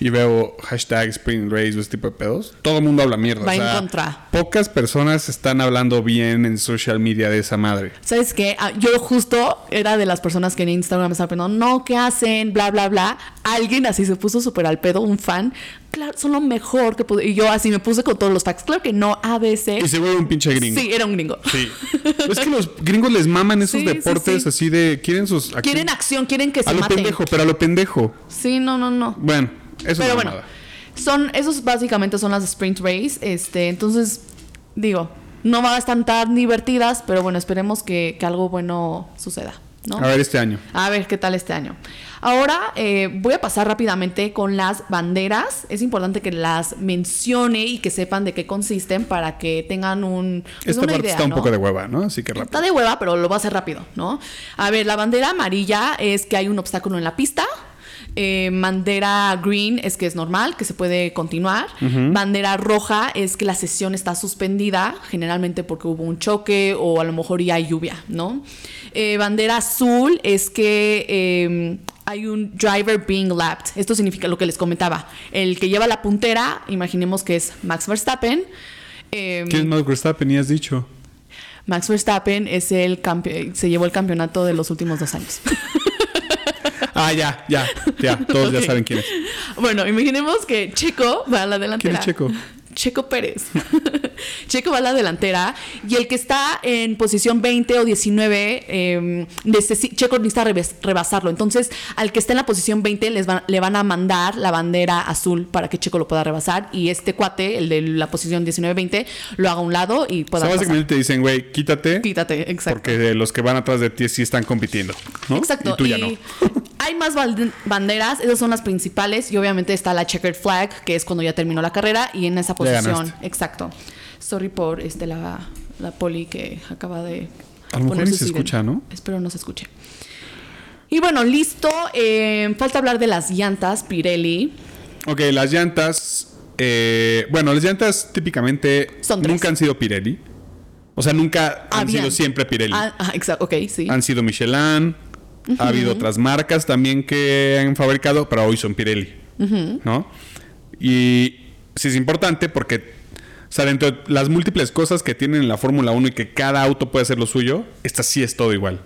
Speaker 2: y veo hashtag Spring Race o este tipo de pedos, todo el mundo habla mierda.
Speaker 1: Va
Speaker 2: o
Speaker 1: en
Speaker 2: sea,
Speaker 1: contra.
Speaker 2: Pocas personas están hablando bien en social media de esa madre.
Speaker 1: ¿Sabes qué? Ah, Yo justo era de las personas que en Instagram me estaba preguntando, no, ¿qué hacen? Bla, bla, bla. Alguien así se puso súper al pedo, un fan. Claro, son lo mejor que pude. Y yo así me puse con todos los facts. Claro que no, ABC.
Speaker 2: Y se vuelve un pinche gringo.
Speaker 1: Sí, era un gringo.
Speaker 2: Sí. es que los gringos les maman esos
Speaker 1: Sí, sí,
Speaker 2: deportes
Speaker 1: sí.
Speaker 2: así de. Quieren sus. acciones-
Speaker 1: Quieren acción, quieren que
Speaker 2: A
Speaker 1: se
Speaker 2: lo
Speaker 1: maten.
Speaker 2: pendejo, pero a lo pendejo.
Speaker 1: Sí, no, no, no.
Speaker 2: Bueno, eso
Speaker 1: Pero
Speaker 2: es
Speaker 1: bueno, son, esos básicamente son las sprint race. Este, entonces, digo, no van a estar tan divertidas, pero bueno, esperemos que, que algo bueno suceda, ¿no?
Speaker 2: A ver, este año.
Speaker 1: A ver qué tal este año. Ahora eh, voy a pasar rápidamente con las banderas. Es importante que las mencione y que sepan de qué consisten para que tengan un, pues,
Speaker 2: Esta
Speaker 1: una
Speaker 2: parte
Speaker 1: idea,
Speaker 2: Este está un
Speaker 1: ¿no?
Speaker 2: poco de hueva, ¿no? Así que rápido.
Speaker 1: Está de hueva, pero lo voy a hacer rápido, ¿no? A ver, la bandera amarilla es que hay un obstáculo en la pista. Eh, bandera green es que es normal, que se puede continuar. Bandera roja es que la sesión está suspendida, generalmente porque hubo un choque o a lo mejor ya hay lluvia, ¿no? Eh, bandera azul es que eh, hay un driver being lapped. Esto significa lo que les comentaba. El que lleva la puntera, imaginemos que es Max Verstappen. Em,
Speaker 2: ¿Quién es Max Verstappen? Y has dicho.
Speaker 1: Max Verstappen es el campe- se llevó el campeonato de los últimos dos años.
Speaker 2: Ah, ya, ya, ya. Todos
Speaker 1: Ok.
Speaker 2: ya saben quién es.
Speaker 1: bueno, imaginemos que Checo va a la delantera.
Speaker 2: ¿Quién es
Speaker 1: Checo Pérez. Checo va a la delantera y el que está en posición 20 o 19, eh, necesi- Checo necesita rebas- rebasarlo. Entonces, al que está en la posición 20 les van- le van a mandar la bandera azul para que Checo lo pueda rebasar y este cuate, el de la posición 19-20, lo haga a un lado y
Speaker 2: O
Speaker 1: pueda
Speaker 2: sea,
Speaker 1: pasar.
Speaker 2: básicamente te dicen, güey, quítate.
Speaker 1: Quítate, exacto.
Speaker 2: Porque los que van atrás de ti sí están compitiendo. ¿no?
Speaker 1: Exacto.
Speaker 2: Y tú ya
Speaker 1: y
Speaker 2: no.
Speaker 1: hay más bal- banderas, esas son las principales. Y obviamente está la checkered flag, que es cuando ya terminó la carrera y en esa posición.
Speaker 2: ganaste.
Speaker 1: Exacto. Sorry por este, la, la poli que acaba de.
Speaker 2: A lo mejor
Speaker 1: poner
Speaker 2: ni
Speaker 1: su
Speaker 2: se
Speaker 1: sirena.
Speaker 2: escucha, ¿no?
Speaker 1: Espero no se escuche. Y bueno, listo. Eh, falta hablar de las llantas Pirelli.
Speaker 2: Ok, las llantas. eh, bueno, las llantas típicamente
Speaker 1: Son tres.
Speaker 2: nunca han sido Pirelli. O sea, nunca han
Speaker 1: Habían-
Speaker 2: sido siempre Pirelli.
Speaker 1: Ah, ah, exacto. Ok, sí.
Speaker 2: Han sido Michelin. Ha habido otras marcas también que han fabricado, pero hoy son Pirelli. ¿No? Y sí es importante porque, o sea, dentro de las múltiples cosas que tienen en la Fórmula 1 y que cada auto puede hacer lo suyo, esta sí es todo igual.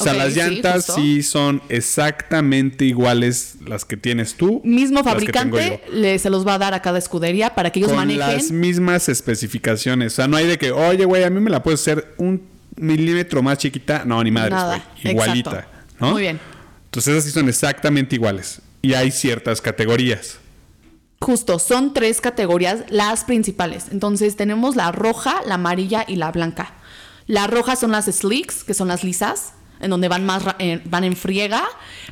Speaker 2: O sea,
Speaker 1: Ok,
Speaker 2: las
Speaker 1: sí,
Speaker 2: llantas
Speaker 1: justo.
Speaker 2: sí, son exactamente iguales las que tienes tú.
Speaker 1: Mismo
Speaker 2: las que tengo
Speaker 1: fabricante
Speaker 2: yo.
Speaker 1: le, se los va a dar a cada escudería para que ellos
Speaker 2: Con
Speaker 1: manejen.
Speaker 2: las mismas especificaciones. O sea, no hay de que, oye, güey, a mí me la puedes hacer un milímetro más chiquita. No, ni madres,
Speaker 1: Nada,
Speaker 2: güey. Igualita.
Speaker 1: exacto.
Speaker 2: ¿no?
Speaker 1: Muy bien.
Speaker 2: Entonces esas sí son exactamente iguales. Y hay ciertas categorías.
Speaker 1: Justo, son tres categorías las principales. Entonces tenemos la roja, la amarilla y la blanca. La roja son las slicks, que son las lisas, en donde van más ra- en- van en friega,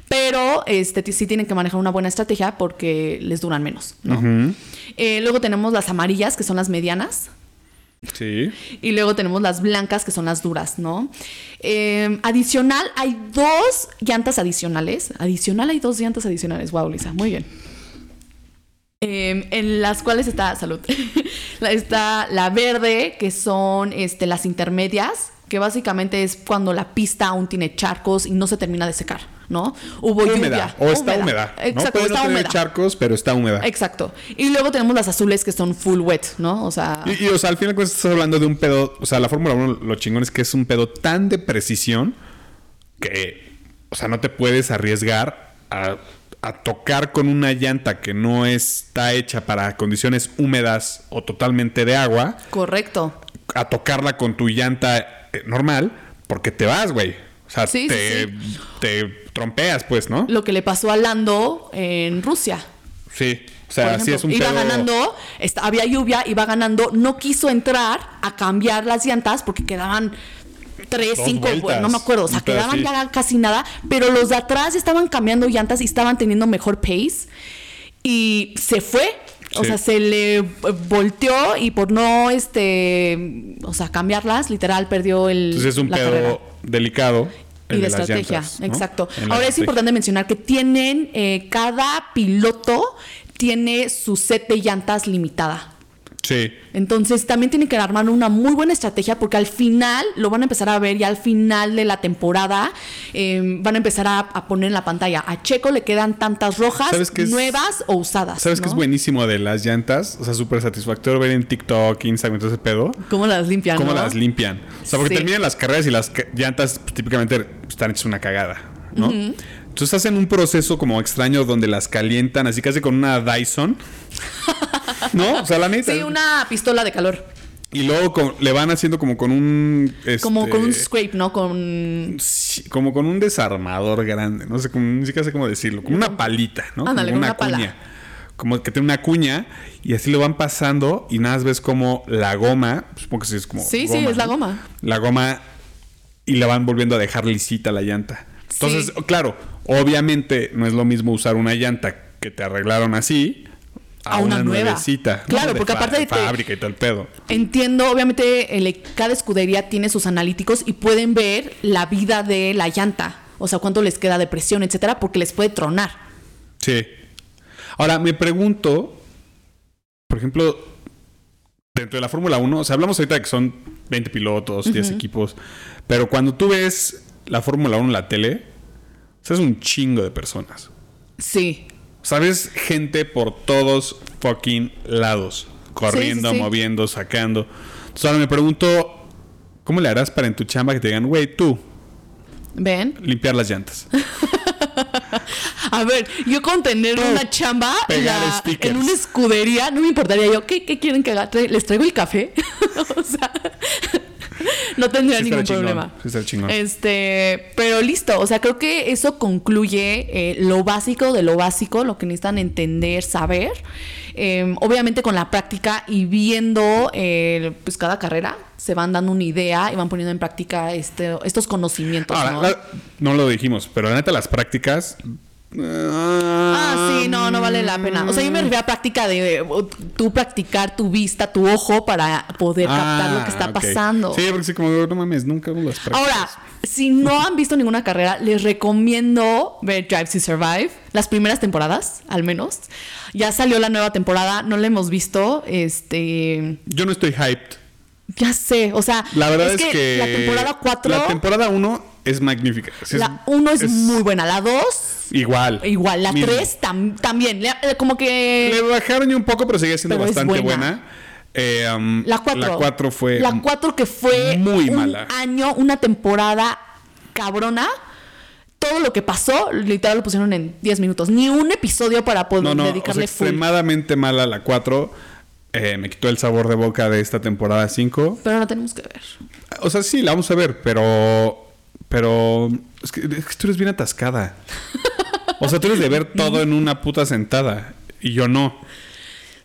Speaker 1: pero este ti- sí tienen que manejar una buena estrategia porque les duran menos. ¿no? Eh, luego tenemos las amarillas, que son las medianas,
Speaker 2: Sí.
Speaker 1: y luego tenemos las blancas, que son las duras, ¿no? Eh, adicional, hay dos llantas adicionales. Adicional, hay dos llantas adicionales. Wow, Lisa, muy bien. Eh, en las cuales está, salud, La- está la verde, que son este, las intermedias, que básicamente es cuando la pista aún tiene charcos y no se termina de secar, ¿no? Hubo lluvia.
Speaker 2: Húmeda. O está húmeda. no
Speaker 1: Exacto,
Speaker 2: puede
Speaker 1: está
Speaker 2: no tener
Speaker 1: húmeda.
Speaker 2: charcos, pero está húmeda.
Speaker 1: Exacto. Y luego tenemos las azules, que son full wet, ¿no? O sea...
Speaker 2: Y, y, o sea, al final pues, estás hablando de un pedo. O sea, la Fórmula 1 lo chingón es que es un pedo tan de precisión que, o sea, no te puedes arriesgar a, a tocar con una llanta que no está hecha para condiciones húmedas o totalmente de agua,
Speaker 1: Correcto.
Speaker 2: a tocarla con tu llanta eh, normal, porque te vas, güey. O sea,
Speaker 1: Sí, sí,
Speaker 2: te, te trompeas, pues, ¿no?
Speaker 1: lo que le pasó a Lando en Rusia.
Speaker 2: Sí. O
Speaker 1: Por
Speaker 2: sea, sí
Speaker 1: ejemplo.
Speaker 2: es un
Speaker 1: iba
Speaker 2: pedo.
Speaker 1: ganando, está- había lluvia, iba ganando, no quiso entrar a cambiar las llantas porque quedaban tres,
Speaker 2: Dos
Speaker 1: cinco,
Speaker 2: vueltas.
Speaker 1: bueno, no me acuerdo, o sea,
Speaker 2: Un pedo
Speaker 1: quedaban
Speaker 2: así.
Speaker 1: ya casi nada, pero los de atrás estaban cambiando llantas y estaban teniendo mejor pace y se fue. O
Speaker 2: Sí.
Speaker 1: sea, se le eh, volteó y por no, este, o sea, cambiarlas, literal, perdió el...
Speaker 2: Entonces pues, es un
Speaker 1: la
Speaker 2: pedo
Speaker 1: carrera.
Speaker 2: delicado.
Speaker 1: y
Speaker 2: el
Speaker 1: de,
Speaker 2: las
Speaker 1: estrategia.
Speaker 2: llantas, ¿no?
Speaker 1: Exacto.
Speaker 2: En la
Speaker 1: Ahora es
Speaker 2: estrategia.
Speaker 1: importante mencionar que tienen eh, cada piloto tiene su set de llantas limitada.
Speaker 2: Sí.
Speaker 1: Entonces también tienen que armar una muy buena estrategia porque al final lo van a empezar a ver y al final de la temporada eh, van a empezar a, a poner en la pantalla a Checo le quedan tantas rojas
Speaker 2: ¿Sabes qué es-
Speaker 1: nuevas o usadas.
Speaker 2: ¿Sabes
Speaker 1: ¿no?
Speaker 2: qué es buenísimo de las llantas? O sea, súper satisfactorio ver en TikTok, Instagram, y todo ese pedo.
Speaker 1: ¿Cómo las limpian?
Speaker 2: cómo
Speaker 1: no?
Speaker 2: las limpian. O sea, porque
Speaker 1: Sí.
Speaker 2: terminan las carreras y las ca- llantas pues, típicamente están hechas una cagada, ¿no? Entonces hacen un proceso como extraño donde las calientan, así casi con una Dyson. ¿No? O sea, la neta.
Speaker 1: Sí, una pistola de calor.
Speaker 2: Y luego con- le van haciendo como con un.
Speaker 1: Como
Speaker 2: este,
Speaker 1: con un scrape, ¿no? Con.
Speaker 2: sí, Como con un desarmador grande, no sé, como, ni siquiera sé cómo decirlo, como una palita, ¿no?
Speaker 1: Ándale,
Speaker 2: como
Speaker 1: con una pala.
Speaker 2: Como que tiene una cuña y así lo van pasando y nada más ves como la goma, supongo que sí es como.
Speaker 1: Sí, sí, es la
Speaker 2: ¿no?
Speaker 1: goma.
Speaker 2: La goma y la van volviendo a dejar lisita la llanta. Entonces,
Speaker 1: Sí.
Speaker 2: claro, obviamente no es lo mismo usar una llanta que te arreglaron así a, una, nueva. nuevecita. ¿no?
Speaker 1: Claro, porque aparte de-
Speaker 2: fábrica y todo el pedo.
Speaker 1: Entiendo, obviamente, el- cada escudería tiene sus analíticos y pueden ver la vida de la llanta. O sea, cuánto les queda de presión, etcétera, porque les puede tronar.
Speaker 2: Sí. Ahora, me pregunto, por ejemplo, dentro de la Fórmula 1, o sea, hablamos ahorita de que son 20 pilotos, 10 equipos, pero cuando tú ves la Fórmula 1 en la tele, o sea, es un chingo de personas.
Speaker 1: Sí.
Speaker 2: ¿Sabes? Gente por todos fucking lados. Corriendo,
Speaker 1: Sí, sí, sí.
Speaker 2: moviendo, sacando. Entonces ahora me pregunto, ¿cómo le harás para en tu chamba que te digan, güey, tú,
Speaker 1: ¿Ven?
Speaker 2: limpiar las llantas?
Speaker 1: A ver, yo con tener
Speaker 2: Tú,
Speaker 1: una chamba en,
Speaker 2: pegar
Speaker 1: la-
Speaker 2: stickers.
Speaker 1: en una escudería, no me importaría yo, ¿qué, qué quieren que haga? Tra- ¿Les traigo el café? o sea, no tendría
Speaker 2: Sí
Speaker 1: ningún
Speaker 2: estaría chingón,
Speaker 1: problema.
Speaker 2: sí estaría chingón.
Speaker 1: Este, pero listo, o sea, creo que eso concluye eh, lo básico de lo básico, lo que necesitan entender, saber. Eh, obviamente con la práctica y viendo eh, pues cada carrera, se van dando una idea y van poniendo en práctica este, estos conocimientos.
Speaker 2: Ahora,
Speaker 1: Pues ¿no?
Speaker 2: Ah, la- ¿no? lo dijimos, pero la neta, las prácticas.
Speaker 1: Ah,
Speaker 2: Ah,
Speaker 1: sí, no, no vale la pena. O sea, yo me refiero a práctica de eh, tú practicar tu vista, tu ojo para poder captar lo que está
Speaker 2: Ah, ok.
Speaker 1: pasando.
Speaker 2: Sí, porque sí, como no mames, nunca vemos las prácticas.
Speaker 1: Ahora, si no han visto ninguna carrera, les recomiendo ver Drive to Survive, las primeras temporadas, al menos. Ya salió la nueva temporada, no la hemos visto. Este,
Speaker 2: Yo no estoy hyped.
Speaker 1: ya sé, o sea,
Speaker 2: La verdad es, que,
Speaker 1: la temporada 4,
Speaker 2: La temporada 1 es magnífica. Sí, es-
Speaker 1: la 1 es, muy buena, la 2
Speaker 2: Igual.
Speaker 1: igual, la
Speaker 2: mismo.
Speaker 1: 3 también, Le- eh, como que
Speaker 2: Le bajaron un poco, pero seguía siendo
Speaker 1: Pero es
Speaker 2: bastante
Speaker 1: buena.
Speaker 2: buena. Eh, um,
Speaker 1: La 4.
Speaker 2: La 4 fue.
Speaker 1: La 4 que fue.
Speaker 2: muy
Speaker 1: un
Speaker 2: mala.
Speaker 1: año, una temporada cabrona. Todo lo que pasó, literal lo pusieron en 10 minutos. Ni un episodio para poder
Speaker 2: No, no, o sea,
Speaker 1: dedicarle full.
Speaker 2: extremadamente mala la 4. Eh, me quitó el sabor de boca de esta temporada 5.
Speaker 1: Pero no tenemos que ver.
Speaker 2: O sea, sí, la vamos a ver, pero. Pero. Es que, es que tú eres bien atascada. O sea, tú eres de ver todo en una puta sentada. Y yo no.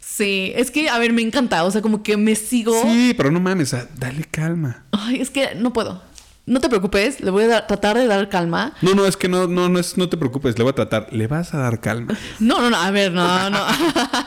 Speaker 1: Sí, es que, a ver, me encanta. O sea, como que me sigo.
Speaker 2: Sí, pero no mames, ah, dale calma.
Speaker 1: Ay, es que no puedo. No te preocupes, le voy a dar- tratar de dar calma.
Speaker 2: No, no, es que no, no, no, es, no te preocupes, le voy a tratar. Le vas a dar calma.
Speaker 1: No, no, no, a ver, no, no.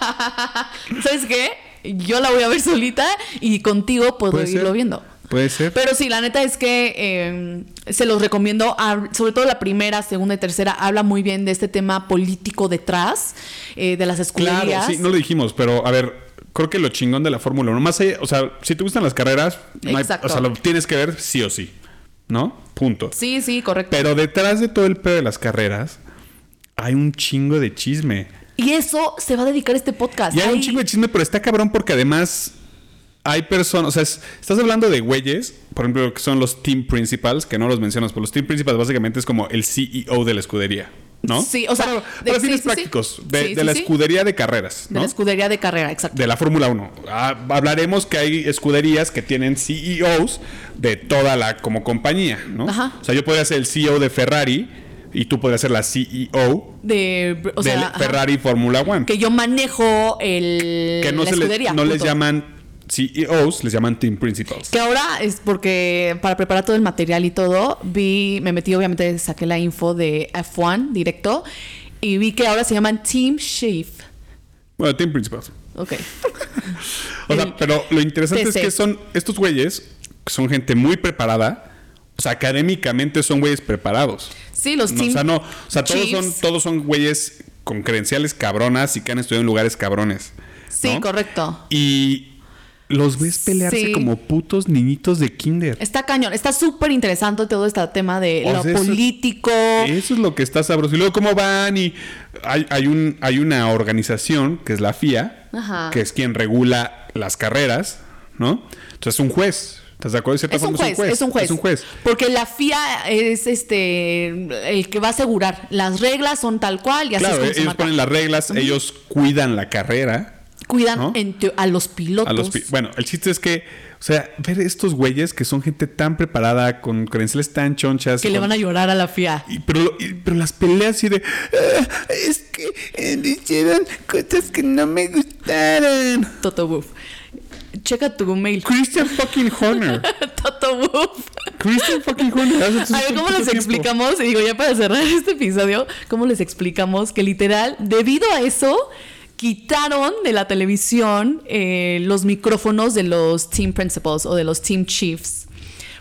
Speaker 1: ¿Sabes qué? Yo la voy a ver solita y contigo puedo
Speaker 2: Puede
Speaker 1: irlo
Speaker 2: ser.
Speaker 1: viendo.
Speaker 2: Puede ser.
Speaker 1: Pero sí, la neta es que eh, se los recomiendo, hab- sobre todo la primera, segunda y tercera, habla muy bien de este tema político detrás eh, de las escuelas.
Speaker 2: Claro, sí, no lo dijimos, pero a ver, creo que lo chingón de la Fórmula 1, más allá, o sea, si te gustan las carreras, no hay-
Speaker 1: Exacto.
Speaker 2: o sea, lo tienes que ver sí o sí, ¿no? Punto.
Speaker 1: sí, sí, correcto.
Speaker 2: Pero detrás de todo el pedo de las carreras, hay un chingo de chisme.
Speaker 1: y eso se va a dedicar este podcast.
Speaker 2: Y hay un
Speaker 1: Ay,
Speaker 2: chingo de chisme, pero está cabrón porque además hay personas, o sea, es- estás hablando de güeyes, por ejemplo, que son los team principals, que no los mencionas, pero los team principals básicamente es como el CEO de la escudería, ¿no?
Speaker 1: Sí, o sea,
Speaker 2: Para-
Speaker 1: de-
Speaker 2: para
Speaker 1: sí,
Speaker 2: fines
Speaker 1: sí, sí.
Speaker 2: prácticos, de,
Speaker 1: Sí,
Speaker 2: de
Speaker 1: sí,
Speaker 2: la
Speaker 1: sí.
Speaker 2: escudería de carreras,
Speaker 1: De
Speaker 2: ¿no?
Speaker 1: la escudería de carrera, exacto.
Speaker 2: de la Fórmula 1. Ah, hablaremos que hay escuderías que tienen CEOs de toda la como compañía, ¿no?
Speaker 1: Ajá.
Speaker 2: O sea, yo podría ser el CEO de Ferrari y tú podrías ser la CEO
Speaker 1: De, o
Speaker 2: de
Speaker 1: sea, ajá,
Speaker 2: Ferrari Fórmula 1.
Speaker 1: que yo manejo el,
Speaker 2: Que no,
Speaker 1: la
Speaker 2: se
Speaker 1: escudería.
Speaker 2: les, no les
Speaker 1: punto.
Speaker 2: llaman CEOs, les llaman Team Principals.
Speaker 1: Que ahora es porque para preparar todo el material y todo, vi, me metí, obviamente saqué la info de F1 directo y vi que ahora se llaman Team Chief.
Speaker 2: Bueno, Team Principals.
Speaker 1: Ok.
Speaker 2: O sea,
Speaker 1: El
Speaker 2: pero lo interesante es
Speaker 1: TC.
Speaker 2: que son estos güeyes, que son gente muy preparada. O sea, académicamente son güeyes preparados.
Speaker 1: Sí, los
Speaker 2: No,
Speaker 1: Team
Speaker 2: o sea, no. O sea, todos
Speaker 1: Chiefs.
Speaker 2: son, todos son güeyes con credenciales cabronas y que han estudiado en lugares cabrones.
Speaker 1: Sí,
Speaker 2: ¿no?
Speaker 1: correcto.
Speaker 2: Y Los ves pelearse
Speaker 1: Sí.
Speaker 2: como putos niñitos de kinder.
Speaker 1: Está cañón, está súper interesante todo este tema de
Speaker 3: O
Speaker 1: lo
Speaker 3: sea, eso-
Speaker 1: político.
Speaker 2: Eso es lo que está sabroso. Y luego, ¿cómo van? Y hay, hay un, hay una organización, que es la FIA,
Speaker 1: Ajá.
Speaker 2: que es quien regula las carreras, ¿no? Entonces es un juez. ¿Estás de acuerdo? De cierta
Speaker 1: Es un,
Speaker 2: forma,
Speaker 1: juez, es un juez,
Speaker 2: Es un juez.
Speaker 1: Porque la FIA es este el que va a asegurar. Las reglas son tal cual y así
Speaker 2: Claro,
Speaker 1: es como se
Speaker 2: ellos
Speaker 1: marca.
Speaker 2: ponen las reglas, ellos cuidan la carrera.
Speaker 1: Cuidan
Speaker 2: ¿no?
Speaker 1: en teo- a los pilotos.
Speaker 2: A los pi- bueno, el chiste es que, o sea, ver estos güeyes que son gente tan preparada, con credenciales tan chonchas.
Speaker 1: que le
Speaker 2: con-
Speaker 1: van a llorar a la FIA.
Speaker 2: Y- pero, lo- y- pero las peleas y de. "Ah, es que eh, me hicieron cosas que no me gustaron.
Speaker 1: Toto Wolff. Checa tu mail.
Speaker 2: Christian fucking Horner.
Speaker 1: Toto Wolff.
Speaker 2: Christian fucking Horner. hace todo
Speaker 1: A ver,
Speaker 2: este
Speaker 1: ¿cómo
Speaker 2: puto
Speaker 1: les
Speaker 2: tiempo.
Speaker 1: explicamos? Y digo, ya para cerrar este episodio, ¿cómo les explicamos que literal, debido a eso, quitaron de la televisión eh, los micrófonos de los team principals o de los team chiefs?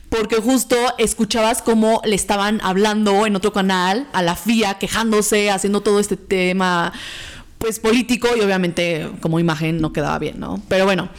Speaker 1: Porque justo escuchabas cómo le estaban hablando en otro canal a la FIA, quejándose, haciendo todo este tema pues político y obviamente como imagen no quedaba bien, ¿no? Pero bueno,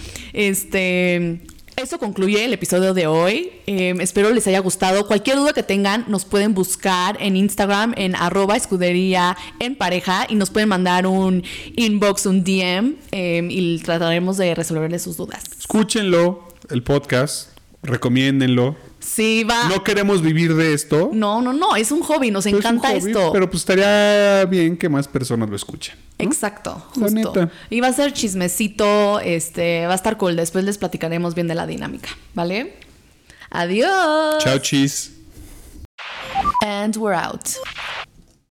Speaker 1: este eso concluye el episodio de hoy. Eh, espero les haya gustado. Cualquier duda que tengan, nos pueden buscar en Instagram, en arroba escudería en pareja y nos pueden mandar un inbox, un DM eh, y trataremos de resolverles sus dudas.
Speaker 2: Escúchenlo, el podcast. Recomiéndenlo.
Speaker 1: Sí, va.
Speaker 2: No queremos vivir de esto.
Speaker 1: No, no, no, es un hobby, nos
Speaker 2: pero es un
Speaker 1: encanta
Speaker 2: hobby,
Speaker 1: esto.
Speaker 2: Pero pues estaría bien que más personas lo escuchen.
Speaker 1: Exacto,
Speaker 2: La
Speaker 1: justo.
Speaker 2: neta.
Speaker 1: Y va a ser chismecito, este, va a estar cool. Después les platicaremos bien de la dinámica, ¿vale? Adiós.
Speaker 2: Chao, chis.
Speaker 1: And we're out.